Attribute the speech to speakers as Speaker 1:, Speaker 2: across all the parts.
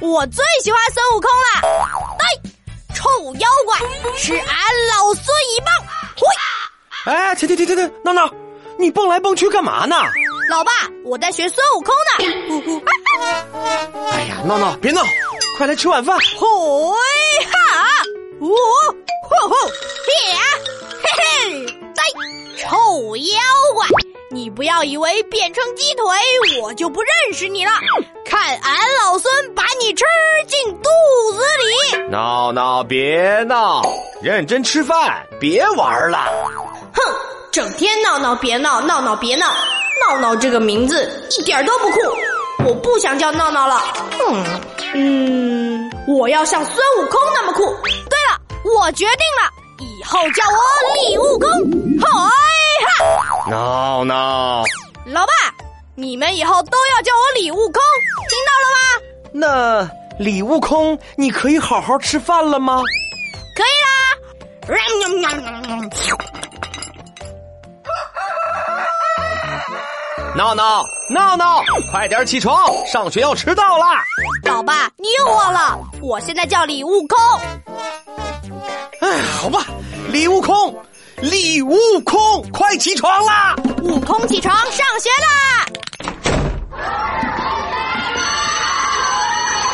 Speaker 1: 我最喜欢孙悟空了。哎，臭妖怪，吃俺老孙一棒！喂，
Speaker 2: 哎，停停停停停，闹闹，你蹦来蹦去干嘛呢？
Speaker 1: 老爸，我在学孙悟空呢。
Speaker 2: 哎呀，闹闹，别闹，快来吃晚饭。
Speaker 1: 吼哈，五吼吼，嘿嘿，呆，臭妖怪，你不要以为变成鸡腿我就不认识你了，看俺老孙把你吃进肚子
Speaker 2: 里！闹闹，别闹，认真吃饭，别玩了。
Speaker 1: 哼，整天闹闹别闹，闹闹别闹，闹闹这个名字一点都不酷。我不想叫闹闹了，嗯嗯，我要像孙悟空那么酷。对了，我决定了，以后叫我李悟空。嗨哈！
Speaker 2: 闹闹，
Speaker 1: 老爸，你们以后都要叫我李悟空，听到
Speaker 2: 了吗？那李悟空，你可以好好吃饭了吗？
Speaker 1: 可以啦。
Speaker 2: 闹闹闹闹，快点起床，上学要迟到啦！
Speaker 1: 老爸，你又忘了，我现在叫李悟空。
Speaker 2: 哎，好吧，李悟空，李悟空，快起床啦！
Speaker 1: 悟空起床上学啦！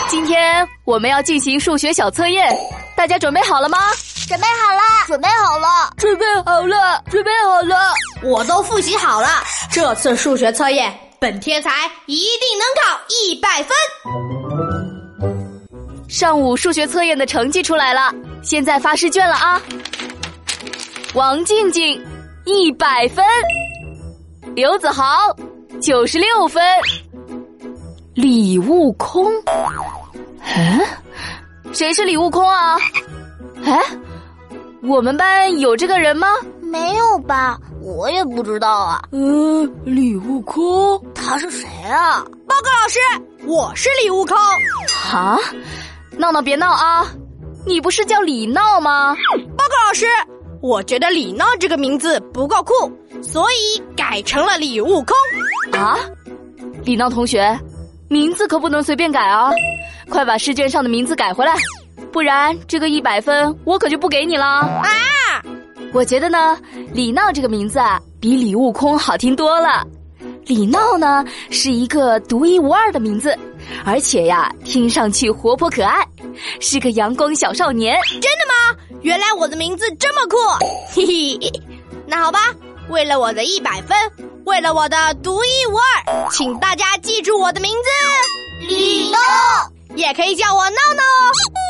Speaker 3: 今天我们要进行数学小测验，大家准备好了吗？
Speaker 4: 准备好了，准备好了，
Speaker 3: 准备好了，准备好了，
Speaker 1: 我都复习好了。这次数学测验，本天才一定能考一百
Speaker 3: 分。上午数学测验的成绩出来了，现在发试卷了啊！王静静一百分，刘子豪九十六分，李悟空，嗯，谁是李悟空啊？哎。我们班有这个人吗？
Speaker 4: 没有吧，我也不知道啊。
Speaker 3: 嗯、呃，李悟空，
Speaker 4: 他是谁啊？
Speaker 1: 报告老师，我是李悟空。
Speaker 3: 啊，闹闹别闹啊！你不是叫李闹吗？
Speaker 1: 报告老师，我觉得李闹这个名字不够酷，所以改成了李悟空。
Speaker 3: 啊，李闹同学，名字可不能随便改啊！快把试卷上的名字改回来。不然这个一百分我可就不给你了啊！我觉得呢，李闹这个名字啊，比李悟空好听多了。李闹呢是一个独一无二的名字，而且呀，听上去活泼可爱，是个阳光小少年。
Speaker 1: 真的吗？原来我的名字这么酷， 嘿嘿。那好吧，为了我的一百分，为了我的独一无二，请大家记住我的名字
Speaker 4: 李闹，
Speaker 1: 也可以叫我闹闹哦。